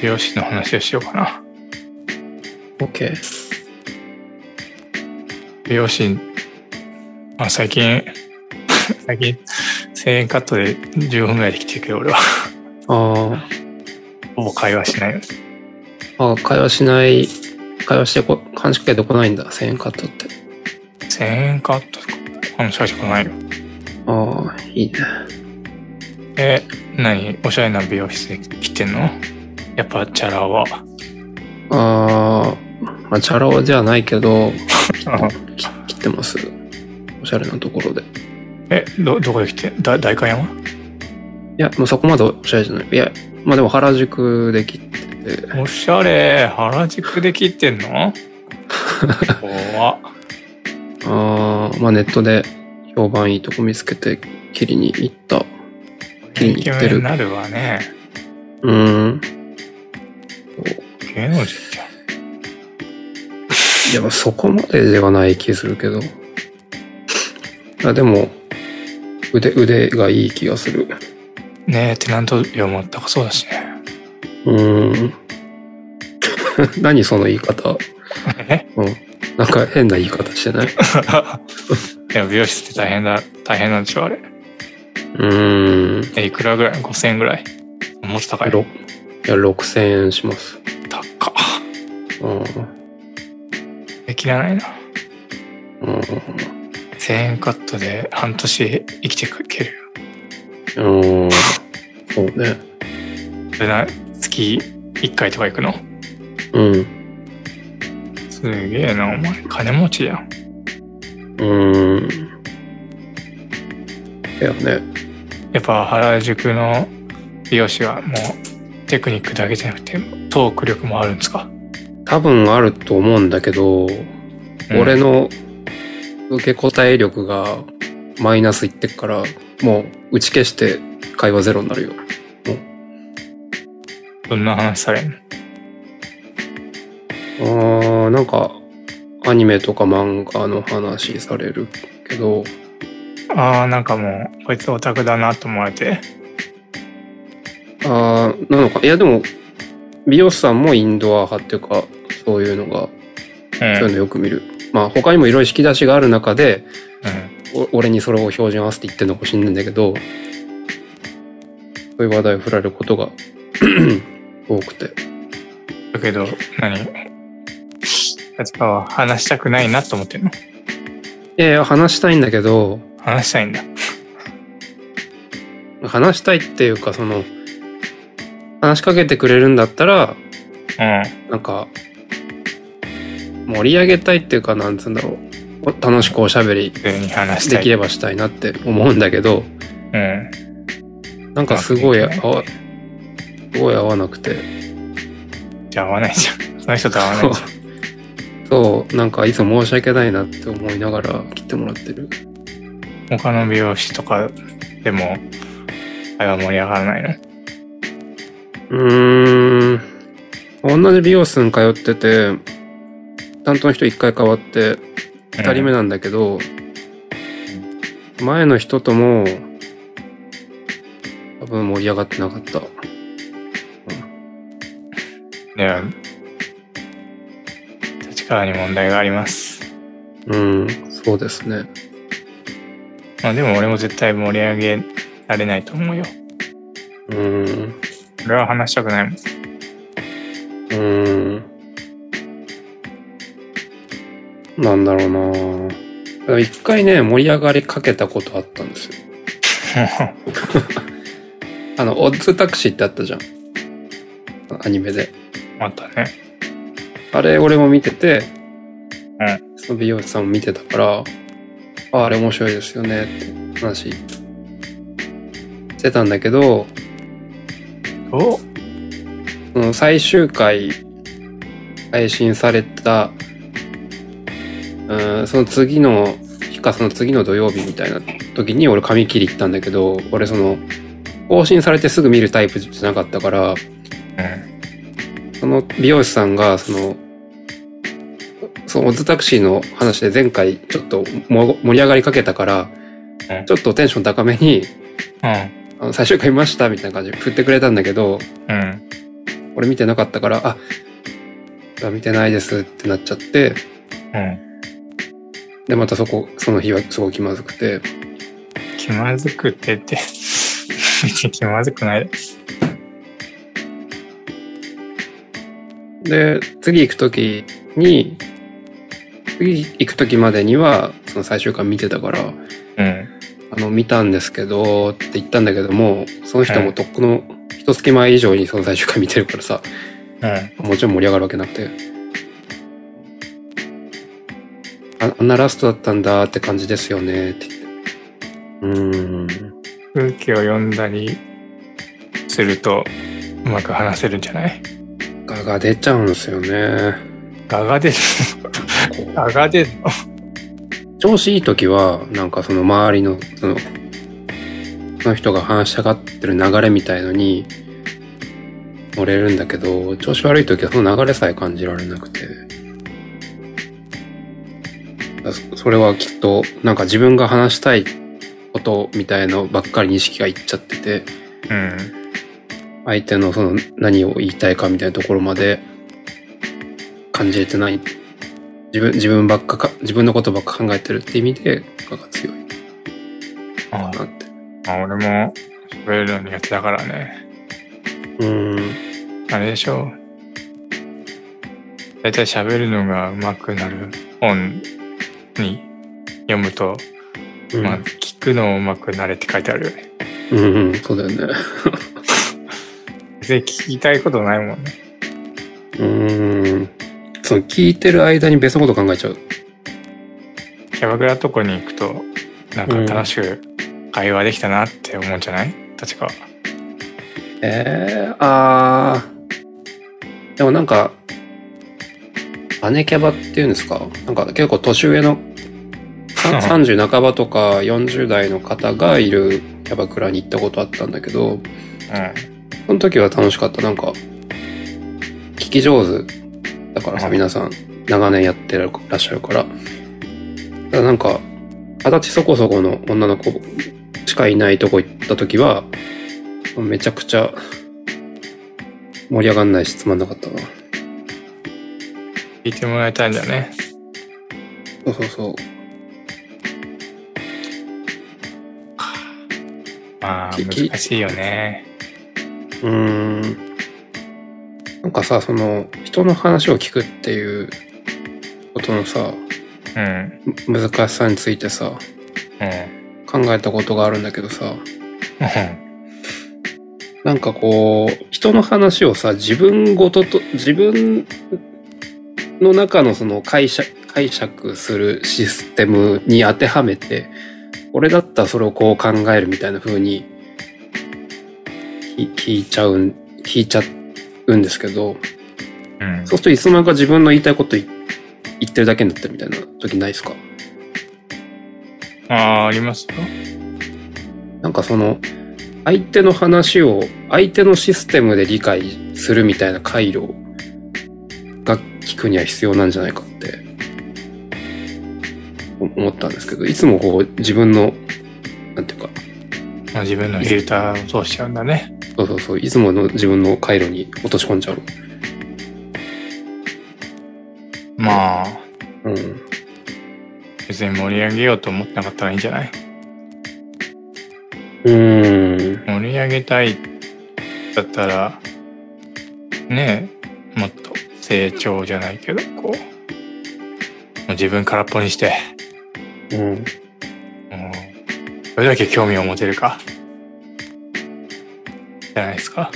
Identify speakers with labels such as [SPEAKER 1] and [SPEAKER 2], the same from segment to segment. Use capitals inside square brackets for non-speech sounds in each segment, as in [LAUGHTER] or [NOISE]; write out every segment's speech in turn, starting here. [SPEAKER 1] 美容師の話をしようかな
[SPEAKER 2] OK。
[SPEAKER 1] 美容師あ最近 [LAUGHS] 最近1000円カットで10分ぐらいできてるけど俺は [LAUGHS]
[SPEAKER 2] あ
[SPEAKER 1] ほぼ会話しないよ
[SPEAKER 2] あ、あ会話しない、会話してこ、話しかけてこないんだ、1000円カットって。
[SPEAKER 1] 1000円カットとか話しかけてこないよ
[SPEAKER 2] ああ、いいね。
[SPEAKER 1] え何おしゃれな美容室で来てんのやっぱチャラは
[SPEAKER 2] ああ、まあ、チャラ男じゃないけど、き切ってます。おしゃれなところで。い
[SPEAKER 1] [LAUGHS] えどどこで来てだ代官山
[SPEAKER 2] や、もうそこまでおしゃれじゃない。いや、まあでも原宿で切ってて、
[SPEAKER 1] おしゃれ原宿で切ってん
[SPEAKER 2] [LAUGHS]
[SPEAKER 1] の怖っ
[SPEAKER 2] ああ、まあネットで評判いいとこ見つけて切りに行った。切り
[SPEAKER 1] イ
[SPEAKER 2] に
[SPEAKER 1] ケ
[SPEAKER 2] 行って
[SPEAKER 1] メンに
[SPEAKER 2] る。
[SPEAKER 1] なるわね
[SPEAKER 2] うーん。
[SPEAKER 1] 芸能人じゃん
[SPEAKER 2] いや、まあそこまでではない気するけど。あでも、腕、腕がいい気がする。
[SPEAKER 1] ねえテナント料も高そうだしね
[SPEAKER 2] うーん。 [LAUGHS] 何その言い方。
[SPEAKER 1] え
[SPEAKER 2] なんか変な言い方してない
[SPEAKER 1] でも美容室って大変だ大変なんでしょあれ
[SPEAKER 2] うーん。
[SPEAKER 1] えいくらぐらい5000円ぐらいもっと高い
[SPEAKER 2] ろいや、6000円します。
[SPEAKER 1] 高っ
[SPEAKER 2] うん。うん。
[SPEAKER 1] え切らないな1000円カットで半年生きていける
[SPEAKER 2] うん。そうね。
[SPEAKER 1] それな月1回とか行くの
[SPEAKER 2] うん。
[SPEAKER 1] すげえなお前金持ちやん
[SPEAKER 2] うーん。だよね。
[SPEAKER 1] やっぱ原宿の美容師はもうテクニックだけじゃなくてトーク力もあるんですか、
[SPEAKER 2] 多分あると思うんだけ
[SPEAKER 1] う
[SPEAKER 2] ど、
[SPEAKER 1] ん
[SPEAKER 2] 俺の受け答え力がマイナスいってっから、もう打ち消して会話ゼロになるよ。
[SPEAKER 1] どんな話されんの
[SPEAKER 2] あーなんか、アニメとか漫画の話されるけど、
[SPEAKER 1] ああなんかもうこいつオタクだなと思われて
[SPEAKER 2] ああ、なのか。いや、でも、美容師さんもインドア派っていうか、そういうのが、
[SPEAKER 1] う
[SPEAKER 2] そういうんのよく見る。まあ、他にもいろいろ引き出しがある中で、
[SPEAKER 1] うん
[SPEAKER 2] お俺にそれを標準合わせて言ってんのかもしんないんだけど、そういう話題を振られることが [CLEARS THROAT] 多くて。
[SPEAKER 1] だけど何やつかは話したくないなと思ってるの
[SPEAKER 2] いやいや、話したいんだけど、
[SPEAKER 1] 話したいんだ
[SPEAKER 2] 話したいっていうか、その、話しかけてくれるんだったら、
[SPEAKER 1] う
[SPEAKER 2] なんか、盛り上げたいっていうか、なんつうんだろう。お楽しくおしゃべり
[SPEAKER 1] ん普通に話した
[SPEAKER 2] で
[SPEAKER 1] い
[SPEAKER 2] きればしたいなって思うんだけど、
[SPEAKER 1] うん
[SPEAKER 2] なんかすごい
[SPEAKER 1] あ
[SPEAKER 2] 合
[SPEAKER 1] でき
[SPEAKER 2] わ、すごい合わなくて。
[SPEAKER 1] じゃあ合わないじゃんその人と合わないじ
[SPEAKER 2] [LAUGHS] そう、なんかいつも申し訳ないなって思いながら切ってもらってる。 [LAUGHS]
[SPEAKER 1] ゃん他の美容師とかでも会話盛り上がらないの
[SPEAKER 2] うーん。同じ美容室に通ってて、担当の人一回変わって、二人目なんだけど、前の人とも、多分盛り上がってなかった。
[SPEAKER 1] では立川に問題があります
[SPEAKER 2] うん、そうですね。
[SPEAKER 1] まあでも俺も絶対盛り上げられないと思うよ
[SPEAKER 2] うん、
[SPEAKER 1] 俺は話したくないもん [LAUGHS]
[SPEAKER 2] うん。なんだろうなぁだから一回ね、盛り上がりかけたことあったんですよ。あの、オッズタクシーってあったじゃん。アニメで。
[SPEAKER 1] あったね
[SPEAKER 2] あれ、俺も見てて、
[SPEAKER 1] う
[SPEAKER 2] その美容師さんも見てたから、ああれ面白いですよねって話してたんだけど、
[SPEAKER 1] お
[SPEAKER 2] その最終回配信された、うん、その次の日かその次の土曜日みたいな時に俺髪切り行ったんだけど、俺その、更新されてすぐ見るタイプじゃなかったから、
[SPEAKER 1] うん
[SPEAKER 2] その美容師さんが、その、そのオズタクシーの話で前回ちょっとも盛り上がりかけたから
[SPEAKER 1] う、ん
[SPEAKER 2] ちょっとテンション高めに、
[SPEAKER 1] うん
[SPEAKER 2] あの最終回見ましたみたいな感じで振ってくれたんだけど、
[SPEAKER 1] うん
[SPEAKER 2] 俺見てなかったから、あ、あ見てないですってなっちゃって、
[SPEAKER 1] うん。
[SPEAKER 2] で、またそこ、その日はすごい気まずくて、
[SPEAKER 1] 気まずくてって、 [LAUGHS] 別に気まずくない。
[SPEAKER 2] で、次行くときに、次行くときまでには、その最終巻見てたから、
[SPEAKER 1] うん。
[SPEAKER 2] あの、見たんですけど、って言ったんだけども、その人もとっくの、一月前以上にその最終回見てるからさ、
[SPEAKER 1] うん。
[SPEAKER 2] もちろん盛り上がるわけなくて。ああんなラストだったんだって感じですよね、って言って。うーん。
[SPEAKER 1] 空気を読んだりすると、うまく話せるんじゃない
[SPEAKER 2] ガが出ちゃうんですよね。
[SPEAKER 1] ガが出る
[SPEAKER 2] こう
[SPEAKER 1] [LAUGHS] のガが出るの
[SPEAKER 2] 調子いい時は、なんかその周りの、その、その人が話したがってる流れみたいのに、乗れるんだけど、調子悪い時はその流れさえ感じられなくて。だそそれはきっと、なんか自分が話したいことみたいのばっかりに意識がいっちゃってて、
[SPEAKER 1] うん。
[SPEAKER 2] 相手のその何を言いたいかみたいなところまで感じれてない。自分、自分ばっかか、自分のことばっか考えてるって意味で、我が強い
[SPEAKER 1] あ
[SPEAKER 2] なって。
[SPEAKER 1] あ俺も喋るの苦手だからね。
[SPEAKER 2] うん。
[SPEAKER 1] あれでしょう。だいたい喋るのが上手くなる本に読むと、
[SPEAKER 2] うん
[SPEAKER 1] まあ、聞くの上手くなれって書いてあるよね。
[SPEAKER 2] うんうん、そうだよね。
[SPEAKER 1] 別に聞きたいことないもんね。
[SPEAKER 2] うん。その聞いてる間に別のこと考えちゃう。
[SPEAKER 1] キャバクラとこに行くと、なんか楽しく会話できたなって思うんじゃない確か。
[SPEAKER 2] えー、あー。でもなんか、姉キャバっていうんですかなんか結構年上のさ [LAUGHS] 30半ばとか40代の方がいるキャバクラに行ったことあったんだけど、
[SPEAKER 1] う
[SPEAKER 2] その時は楽しかった。なんか、聞き上手だからさ、
[SPEAKER 1] うん
[SPEAKER 2] 皆さん、長年やってらっしゃるから。ただなんか、二十歳そこそこの女の子しかいないとこ行った時は、めちゃくちゃ盛り上がんないしつまんなかったな。
[SPEAKER 1] ん。聞いてもらいたいんだよね。
[SPEAKER 2] そうそうそう。
[SPEAKER 1] まあ、
[SPEAKER 2] 聞き
[SPEAKER 1] 難しいよね。
[SPEAKER 2] うーん。なんかさ、その、人の話を聞くっていうことのさ、
[SPEAKER 1] うん。
[SPEAKER 2] む難しさについてさ、
[SPEAKER 1] うん。
[SPEAKER 2] 考えたことがあるんだけど
[SPEAKER 1] う
[SPEAKER 2] さ、
[SPEAKER 1] ん
[SPEAKER 2] なんかこう、人の話をさ、自分ごとと、自分の中のその解釈、解釈するシステムに当てはめて、俺だったらそれをこう考えるみたいな風に、き聞いちゃうん、聞いちゃうんですけど、
[SPEAKER 1] うん。
[SPEAKER 2] そうするといつの間にか自分の言いたいことい言ってるだけになってるみたいな時ないですか
[SPEAKER 1] ああ、ありますよ。
[SPEAKER 2] なんかその、相手の話を、相手のシステムで理解するみたいな回路が聞くには必要なんじゃないかって、お思ったんですけど、いつもこう、自分の、なんていうか、
[SPEAKER 1] まあ、自分のフィルターを通しちゃうんだね。
[SPEAKER 2] そうそうそう、いつもの自分の回路に落とし込んじゃう。
[SPEAKER 1] まあ、
[SPEAKER 2] うん。
[SPEAKER 1] 別に盛り上げようと思ってなかったらいいんじゃないう
[SPEAKER 2] ーん。
[SPEAKER 1] 盛り上げたいだったら、ねえ、もっと成長じゃないけど、こう、もう自分空っぽにして、
[SPEAKER 2] うん。
[SPEAKER 1] もう、どれだけ興味を持てるか、じゃないですか。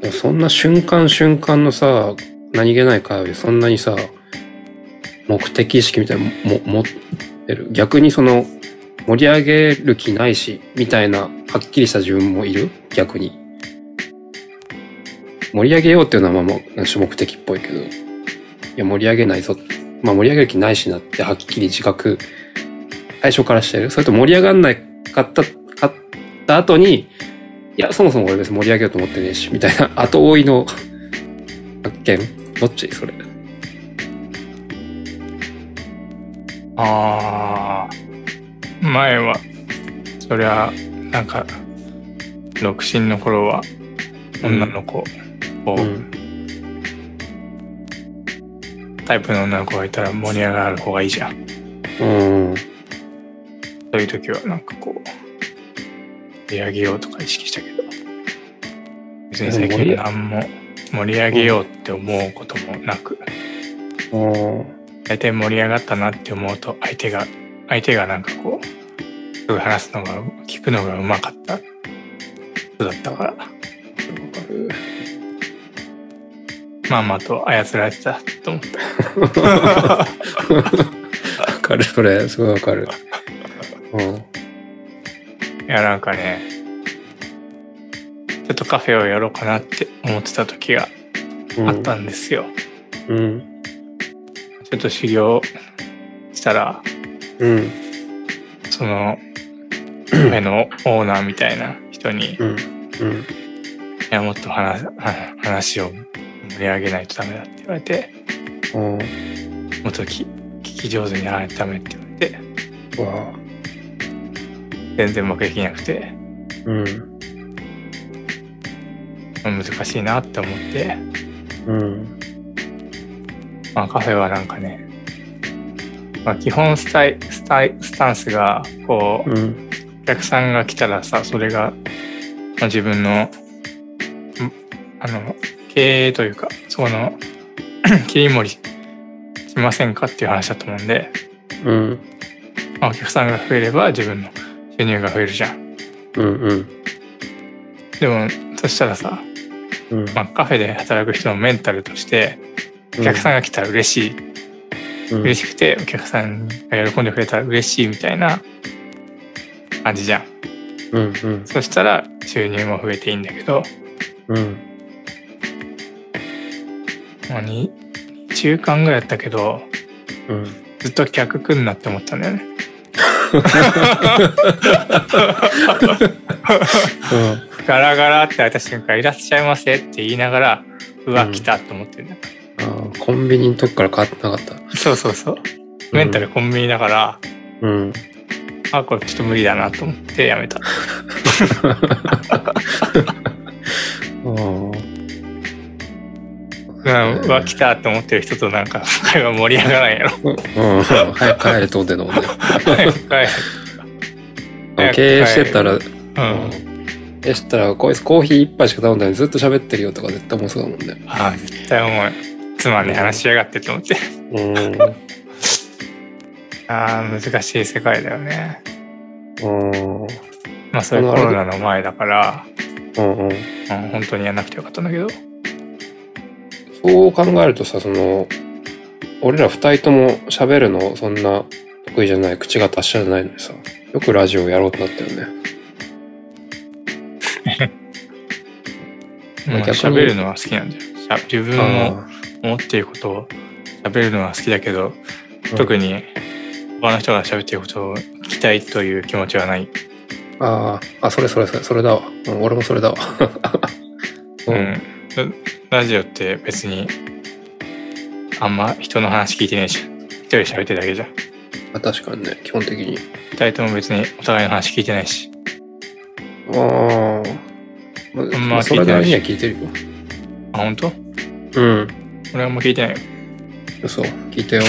[SPEAKER 2] でもそんな瞬間瞬間のさ、何気ない会話でそんなにさ、目的意識みたいなのも持ってる。逆にその、盛り上げる気ないし、みたいな、はっきりした自分もいる逆に。盛り上げようっていうのはまあまあ、主目的っぽいけど、いや、盛り上げないぞ。まあ、盛り上げる気ないしなって、はっきり自覚、最初からしてる。それと盛り上がんないかった、かった後に、いや、そもそも俺別に盛り上げようと思ってねえし、みたいな、後追いの発見どっちそれ。
[SPEAKER 1] ああ、前は、そりゃ、なんか、独身の頃は、女の子こう、
[SPEAKER 2] うん。
[SPEAKER 1] タイプの女の子がいたら盛り上がる方がいいじゃん。
[SPEAKER 2] うん。
[SPEAKER 1] そういう時はなんかこう、盛り上げようとか意識したけど、別に最
[SPEAKER 2] でも盛り
[SPEAKER 1] 近何も盛り上げようって思うこともなく、
[SPEAKER 2] うん。
[SPEAKER 1] 大体盛り上がったなって思うと相手が、相手がなんかこう、すぐ話すのが、聞くのがうまかった人だったから、まあまあと操られてたと思った。
[SPEAKER 2] わかる、それ、すごいわかる。うん。
[SPEAKER 1] いや、なんかね、ちょっとカフェをやろうかなって思ってた時が
[SPEAKER 2] うん、
[SPEAKER 1] あった。んですよ。
[SPEAKER 2] うん。
[SPEAKER 1] ちょっと修行したら、
[SPEAKER 2] うん。
[SPEAKER 1] その、カフェのオーナーみたいな人に、い
[SPEAKER 2] うん。うん。
[SPEAKER 1] や、もっと話、 [LAUGHS] は話を盛り上げないとダメだって言われて、
[SPEAKER 2] うん。
[SPEAKER 1] もっとき聞き上手にならないとダメって言われて、
[SPEAKER 2] うわ
[SPEAKER 1] 全然うまくできなくて、
[SPEAKER 2] うん。
[SPEAKER 1] 難しいなって思って、
[SPEAKER 2] うん。
[SPEAKER 1] まあカフェはなんかね、まあ基本スタイ、スタイ、スタンスが、こう、
[SPEAKER 2] うん。
[SPEAKER 1] お客さんが来たらさそれが、まあ、自分のんあの経営というかそこの [COUGHS] 切り盛りしませんかっていう話だと思うんで、
[SPEAKER 2] うん。
[SPEAKER 1] まあ、お客さんが増えれば自分の収入が増えるじゃん
[SPEAKER 2] うん。うん。
[SPEAKER 1] でもそしたらさ、
[SPEAKER 2] うん。
[SPEAKER 1] まあ、カフェで働く人のメンタルとしてお客さんが来たら嬉しい、
[SPEAKER 2] うん、
[SPEAKER 1] 嬉しくてお客さんが喜んでくれたら嬉しいみたいな感じじゃん
[SPEAKER 2] うん。うん。
[SPEAKER 1] そしたら収入も増えていいんだけど
[SPEAKER 2] うん。
[SPEAKER 1] まあ、2週間ぐらいやったけど
[SPEAKER 2] うん。
[SPEAKER 1] ずっと客来んなって思ったんだよね。ガラガラって開いた瞬間「いらっしゃいませ」って言いながらうわ
[SPEAKER 2] うん
[SPEAKER 1] 来たと思ってんだ、
[SPEAKER 2] ああ、コンビニの時から変わってなかった。
[SPEAKER 1] そうそうそうメンタルコンビニだから、
[SPEAKER 2] うん。
[SPEAKER 1] あこれちょっと無理だなと思ってやめたうんうわ来たと思ってる人となんか会話盛り上がらんやろ
[SPEAKER 2] うん。うん。早く帰れと思ってんのもんね。
[SPEAKER 1] はい早く帰
[SPEAKER 2] 経営してたら、
[SPEAKER 1] [LAUGHS] うん
[SPEAKER 2] 経営してたら、こいつコーヒー一杯しか頼んだのにずっと喋ってるよとか絶対思いそうだもんね。
[SPEAKER 1] あー絶対思うつまんねえ話しやがってと思って
[SPEAKER 2] う
[SPEAKER 1] あー難しい世界だよね
[SPEAKER 2] ん。うん。
[SPEAKER 1] まあそれコロナの前だから、
[SPEAKER 2] うん。う
[SPEAKER 1] う
[SPEAKER 2] ん。
[SPEAKER 1] ん、本当にやんなくてよかったんだけど
[SPEAKER 2] そう考えるとさ、その、俺ら二人とも喋るのそんな得意じゃない、口が達者じゃないのにさ、よくラジオやろうってなったよね。
[SPEAKER 1] まあ、
[SPEAKER 2] 逆に
[SPEAKER 1] 喋るのは好きなんだよ。しゃ自分の思っていることを喋るのは好きだけど、特
[SPEAKER 2] に。
[SPEAKER 1] に他の人が喋っていることを聞きたいという気持ちはない。
[SPEAKER 2] ああ、あ、それそれそれ、それだわ。うん、俺もそれだ [LAUGHS] わ。
[SPEAKER 1] うん。ララジオって別に、あんま人の話聞いてないじゃん。一人喋ってるだけじゃん。
[SPEAKER 2] まあ確かにね、基本的に。
[SPEAKER 1] 二人とも別にお互いの話聞いてないし。
[SPEAKER 2] ああ。まあ、
[SPEAKER 1] ん
[SPEAKER 2] ま
[SPEAKER 1] ま
[SPEAKER 2] あ、そ
[SPEAKER 1] 聞い
[SPEAKER 2] れ
[SPEAKER 1] て
[SPEAKER 2] な
[SPEAKER 1] ない
[SPEAKER 2] り
[SPEAKER 1] し
[SPEAKER 2] には聞いてるよ。
[SPEAKER 1] あ、本当？
[SPEAKER 2] うん。
[SPEAKER 1] 俺はあんま聞いてないよ。
[SPEAKER 2] 嘘、聞いてよ。